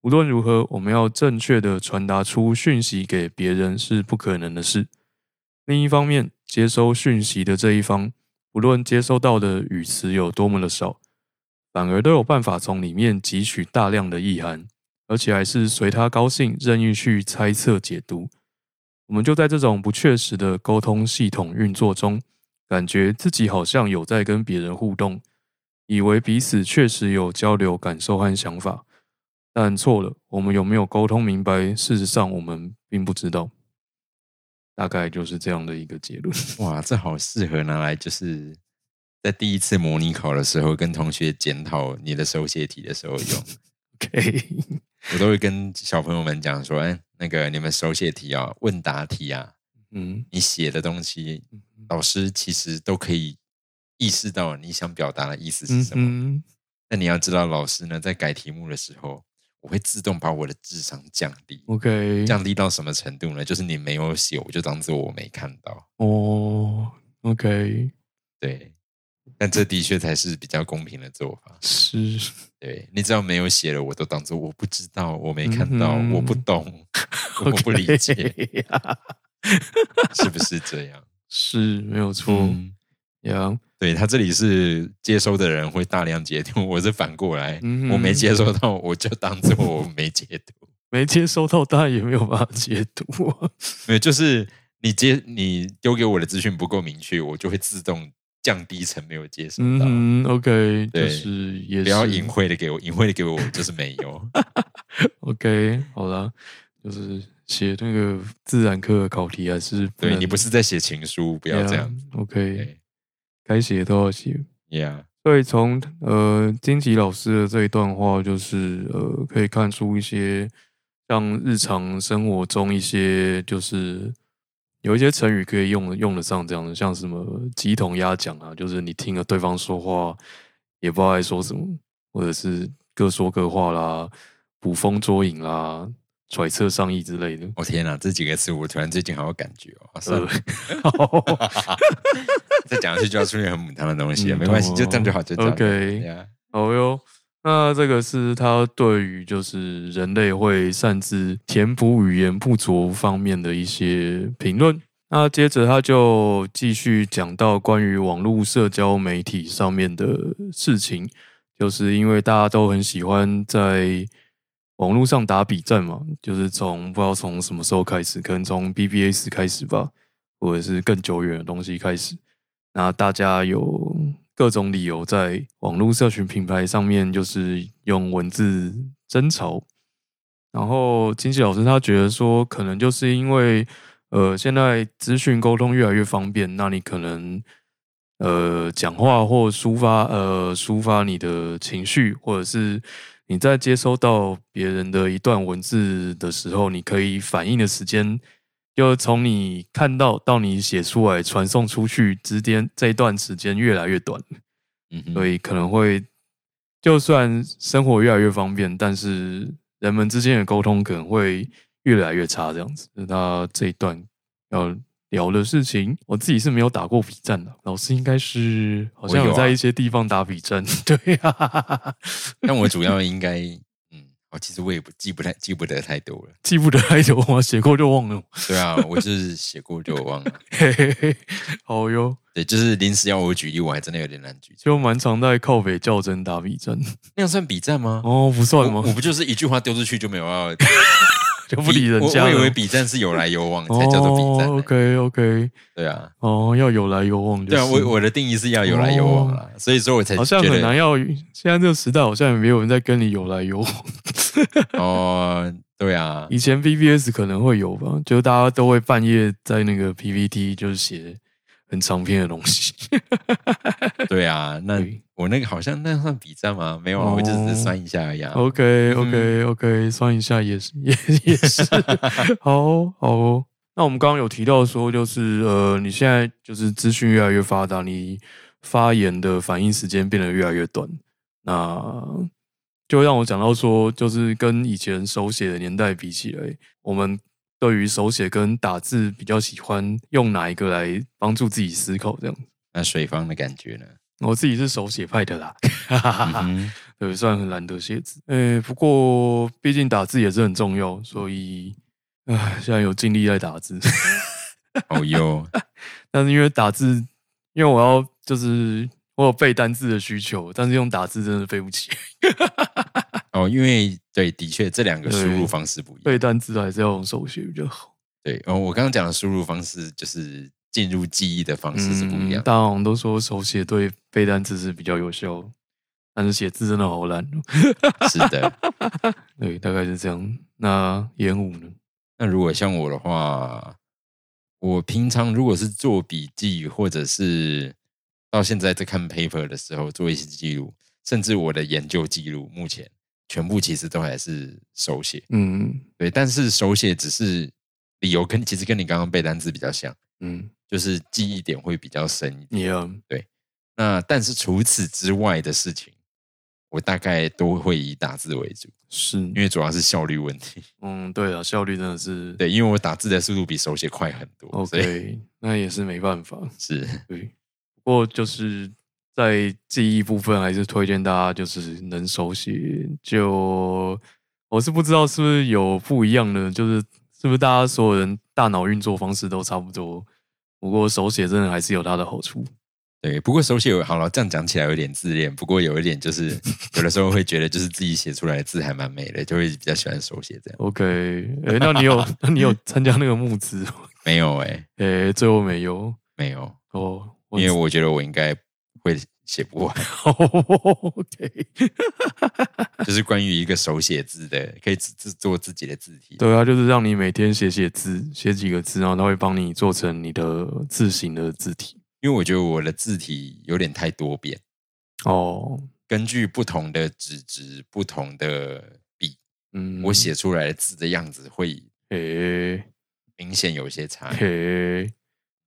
无论如何，我们要正确的传达出讯息给别人是不可能的事。另一方面，接收讯息的这一方，不论接收到的语词有多么的少，反而都有办法从里面汲取大量的意涵，而且还是随他高兴任意去猜测解读。我们就在这种不确实的沟通系统运作中，感觉自己好像有在跟别人互动，以为彼此确实有交流感受和想法，但错了。我们有没有沟通明白？事实上，我们并不知道。大概就是这样的一个结论。
哇，这好适合拿来就是在第一次模拟考的时候跟同学检讨你的手写题的时候用。
OK，
我都会跟小朋友们讲说，哎，那个你们手写题啊、问答题啊，
嗯，
你写的东西，
嗯
老师其实都可以意识到你想表达的意思是
嗯
什么。
哼
但你要知道，老师呢在改题目的时候，我会自动把我的智商降低，
，OK，
降低到什么程度呢？就是你没有写，我就当做我没看到。
哦，OK，
对，但这的确才是比较公平的做法。
是，
对你只要没有写了，我都当做我不知道，我没看到，
嗯哼
我不懂，我不理解
OK
是不是这样？
是没有错
嗯，
呀。
对他这里是接收的人会大量截图，我是反过来，
嗯
我没接收到，我就当做我没截图。
没接收到，当然也没有办法解读啊。
没有，就是你接你丢给我的资讯不够明确，我就会自动降低成没有接收到。
嗯哼，OK，就
对
是也是
不要隐晦的给我，隐晦的给我，我就是没 有。
OK，好啦，就是写那个自然课的考题还是不
对
能
你不是在写情书，不要这样。
呀 OK，
对
该写都要写。
，Yeah，
所以从呃金吉老师的这一段话，就是呃可以看出一些像日常生活中一些就是有一些成语可以用用得上这样的，像什么鸡同鸭讲啊，就是你听了对方说话也不知道在说什么，或者是各说各话啦，捕风捉影啦，揣测上意之类的。
我、哦天哪，啊这几个词我突然最近好有感觉哦。算
呃
了，，
好
再讲下去就要出现很母汤的东西了，
嗯
没关系，
懂
就这样就好，就这样就好。
OK
对啊
好哟。那这个是他对于就是人类会擅自填补语言不足方面的一些评论。那接着他就继续讲到关于网络社交媒体上面的事情，就是因为大家都很喜欢在网络上打比战嘛，就是从不知道从什么时候开始，可能从 BBS 开始吧，或者是更久远的东西开始。那大家有各种理由在网络社群平台上面，就是用文字争吵。然后金奇老师他觉得说，可能就是因为呃，现在资讯沟通越来越方便，那你可能呃讲话或抒发呃抒发你的情绪，或者是你在接收到别人的一段文字的时候，你可以反应的时间，就从你看到到你写出来传送出去之间这一段时间越来越短。
嗯哼，
所以可能会，就算生活越来越方便，但是人们之间的沟通可能会越来越差，这样子。那他这一段要聊的事情，我自己是没有打过比战的，老师应该是好像
我有
有
啊
在一些地方打比战， 对啊，
但我主要应该，嗯，我其实我也不记不太记不得太多了。
记不得还有我写过就忘了，
对啊，我就是写过就忘了。
嘿嘿嘿，好哟，
对，就是临时要我举例，我还真的有点难举。
就蛮常在靠北较真打比战，
那样算比战吗？
哦，不
我
算吗
我？不就是一句话丢出去就没有要
就 不理人
我
家
我以
了
为比战是有来有往才叫做比战、
哦，OK OK，
对啊，
哦，要有来有往、就是，
对啊，我我的定义是要有来有往啦，所以说我才
哦好像
觉
很难
得
要，现在这个时代好像也没有人在跟你有来有往。
哦，对啊，
以前 BBS 可能会有吧，就是大家都会半夜在那个 PPT 就是写很长篇的东西。
对啊，那
对
我那个好像那算比战吗？没有啊，
哦
我就只是算一下而已、啊。
OK OK OK，算一下也是也也是，好哦好哦。那我们刚刚有提到说，就是呃，你现在就是资讯越来越发达，你发言的反应时间变得越来越短，那就让我讲到说，就是跟以前手写的年代比起来，我们对于手写跟打字比较喜欢用哪一个来帮助自己思考这样。
那水方的感觉呢？
我自己是手写派的啦，啊
嗯哼
对，虽然很懒得写字，诶，不过毕竟打字也是很重要，所以，唉，现在有尽力在打字，
好哟，
但是因为打字，因为我要就是我有背单字的需求，但是用打字真的背不起，
哦，因为对，的确这两个输入
对
方式不一
背
样。
单字还是要用手写比较好。
对，哦，我刚刚讲的输入方式就是进入记忆的方式是不一样的。
嗯大家好像都说手写对背单字是比较有效，但是写字真的好懒哦。
是的，
对，大概是这样。那演武呢？
那如果像我的话，我平常如果是做笔记，或者是到现在在看 paper 的时候做一些记录，甚至我的研究记录，目前全部其实都还是手写。
嗯
对，但是手写只是理由跟其实跟你刚刚背单词比较像，
嗯，
就是记忆点会比较深一点。
你啊，
那但是除此之外的事情，我大概都会以打字为主，
是
因，为主要是效率问题。
嗯，对啊，效率真的是
对，因为我打字的速度比手写快很多所以
OK，那也是没办法。
是
对，不过就是在记忆部分，还是推荐大家就是能手写。就我是不知道是不是有不一样的，就是是不是大家所有人大脑运作方式都差不多。不过手写真的还是有它的好处。
对。不过手写有好了，这样讲起来有点自恋，不过有一点就是 有的时候会觉得就是自己写出来的字还蛮美的，就会比较喜欢手写这样。
OK，哎、那你有那你有参加那个募资吗？
没有哎、
哎、最后没有
没有，
哦。我
因为我觉得我应该会写不完。
OK，
就是关于一个手写字的，可以自自做自己的字体。
对，它就是让你每天写写字，写几个字，然后它会帮你做成你的字形的字体。
因为我觉得我的字体有点太多变，
哦，
根据不同的纸质、不同的笔，
嗯，
我，写出来的字的样子会
嘿，
明显有些差。
嘿，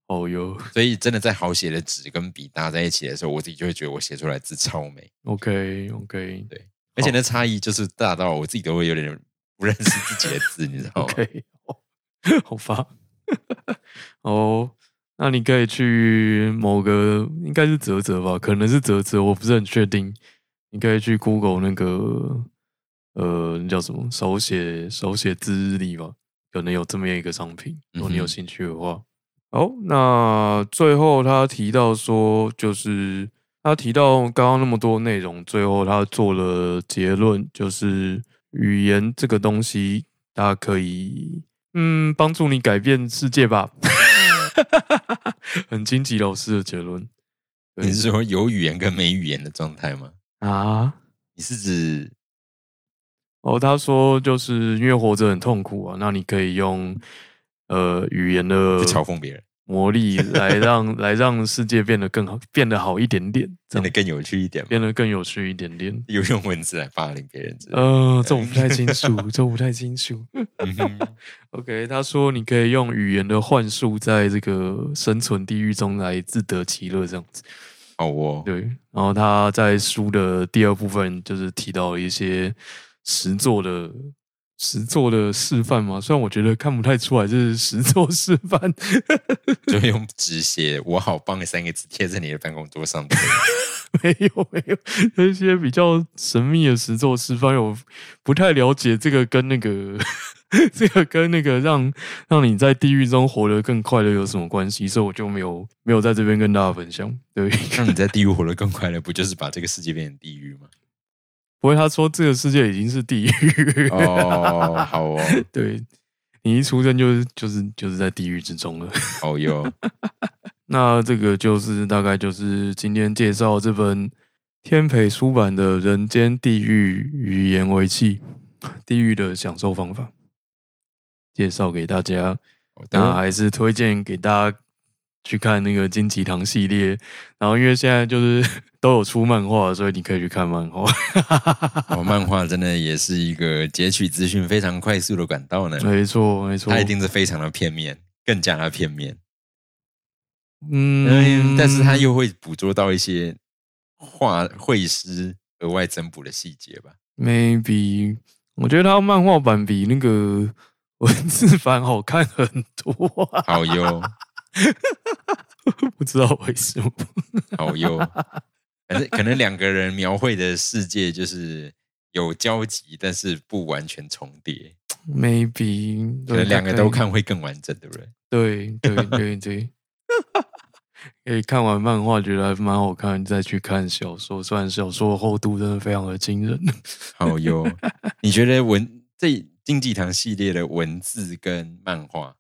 哦哟
所以真的在好写的纸跟笔搭在一起的时候，我自己就会觉得我写出来的字超美，
，OK，OK，
而且那差异就是大到我自己都会有点不认识自己的字，你知道吗
OK，
哦
好 吧。 哦，那你可以去某个应该是泽泽吧，可能是泽泽，我不是很确定。你可以去 Google 那个呃，那叫什么手写手写字日历吧，可能有这么一个商品，如果你有
嗯哼
兴趣的话。好，那最后他提到说，就是他提到刚刚那么多内容，最后他做了结论，就是语言这个东西，它可以嗯帮助你改变世界吧。 很荆棘老师的结论对
你是说有语言跟没语言的状态吗？
啊。
你是指
哦，他说就是因为活着很痛苦啊，那你可以用呃语言的
去嘲讽别人，
魔力来让 来让世界变得更好，变得好一点点，这
变得
样
更有趣一点吗？
变得更有趣一点点。
有用文字来霸凌别人之类的。
呃，这我不太清楚， 这我不太清楚。
嗯哼
OK，他说你可以用语言的幻术，在这个生存地狱中来自得其乐，这样子。
好哦，
对，然后他在书的第二部分就是提到了一些实作的实作的示范嘛，虽然我觉得看不太出来这是实作示范，
就用纸写“我好棒”三个字贴在你的办公桌上。对吧
没有没有，有一些比较神秘的实作示范，我不太了解这个跟那个 这个跟那个让让你在地狱中活得更快乐有什么关系，所以我就没有没有在这边跟大家分享。对，
让你在地狱活得更快乐，不就是把这个世界变成地狱 吗？
不过他说这个世界已经是地狱。
哦，好哦，
对你一出生就是就是就是在地狱之中了。
好哟，
那这个就是大概就是今天介绍这本天培出版的《人间地狱语言为器：地狱的享受方法》，介绍给大家。
好
那
的，
还是推荐给大家去看那个金鸡堂系列，然后因为现在就是 都有出漫画，所以你可以去看漫画。
哦，漫画真的也是一个截取资讯非常快速的管道呢，
没错，没错
它，一定是非常的片面，更加的片面。
嗯
嗯，但是它又会捕捉到一些画绘师额外增补的细节吧。
maybe 我觉得他漫画版比那个 文字版好看很多、啊，
好 哟，
不知道为什么。
好哟，反正可能两个人描绘的世界就是有交集，但是不完全重叠，
maybe
可
对
能两个
大概
都看会更完整，对不对？
对对对对，可以看完漫画觉得还蛮好看，再去看小说。虽然小说的厚度真的非常的惊人，
好哟，你觉得文这竞技堂系列的文字跟漫画，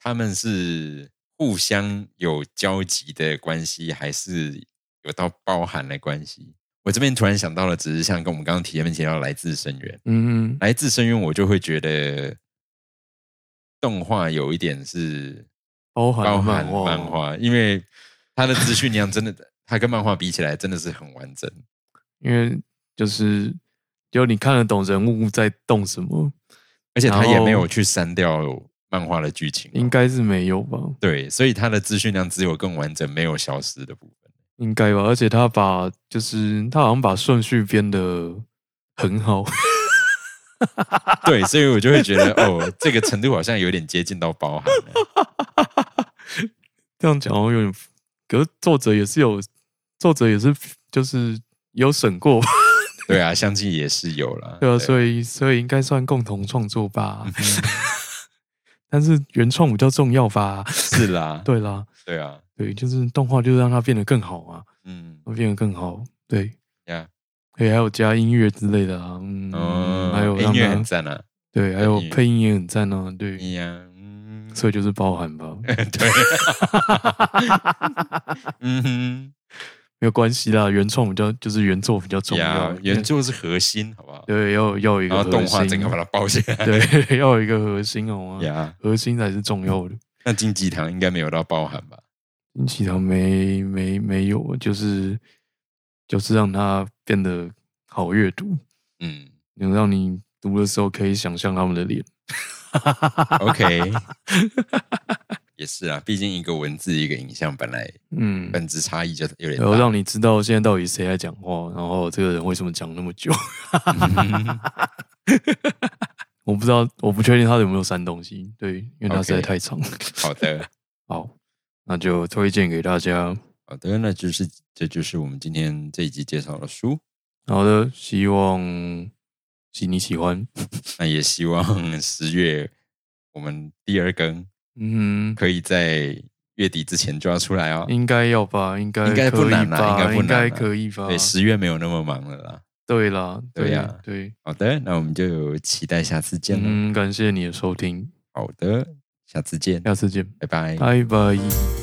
他们是互相有交集的关系，还是有到包含的关系？我这边突然想到了，只是像跟我们刚刚前面提到的来自深渊，
嗯
来自深渊，我就会觉得动画有一点是
包含了
包含
漫画，
漫画，因为它的资讯量真的，它跟漫画比起来真的是很完整。
因为就是就你看得懂人物在动什么，
而且它
然
也
后
没有去删掉漫画的剧情哦，
应该是没有吧？
对，所以它的资讯量只有更完整，没有消失的部分。
应该吧，而且他把就是他好像把顺序编的很好，
对，所以我就会觉得，哦，这个程度好像有点接近到包含了。
这样讲好像有点，可是作者也是有，作者也是就是有审过吧，
对啊，相继也是有了。
对啊，所以所以应该算共同创作吧，
嗯
但是原创比较重要吧，
是啦，
对啦，
对啊，
对，就是动画就是让它变得更好啊，
嗯
变得更好，对，
呀，
对，还有加音乐之类的啊，嗯，
哦，
还有
音
让
乐很
它
赞啊，
对，还有
音乐
配音也很赞啊，对，
一样，嗯，
所以就是包含吧。
对，嗯哼，
没有关系啦，原创比较就是原作比较重要
呀，，原作是核心，好不好？
对要要有一
然
个
后动
核
画
心
整个把它包起来。
对要有一个核心好吗？
呀，
核心才是重要的。
那竞技堂应该没有到包含吧？
金启堂没没没有，就是就是让它变得好阅读，
嗯
能让你读的时候可以想象他们的脸。
，OK，也是啊，毕竟一个文字一个影像，本来
嗯，
本质差异就有点
然后
大。
让你知道现在到底谁在讲话，然后这个人为什么讲那么久。
嗯
不知道， 我不确定他有没有删东西。对，因为它实在
OK
太长。
好的，
好，那就推荐给大家。
好的，那就是这就是我们今天这一集介绍的书。
好的，希望喜你喜欢。
那也希望十月我们第二更
嗯哼，
可以在月底之前抓出来哦。
应该要吧，应该
应该不
可以
难啦啊应
吧，
该不
应该
难啦
可以吧
对，？十月没有那么忙了啦。
对啦，
对啊
对
呀
对，嗯
好的，那我们就期待下次见了。
嗯，感谢你的收听，嗯
好的，下次见，
下次见，
拜拜。
拜拜。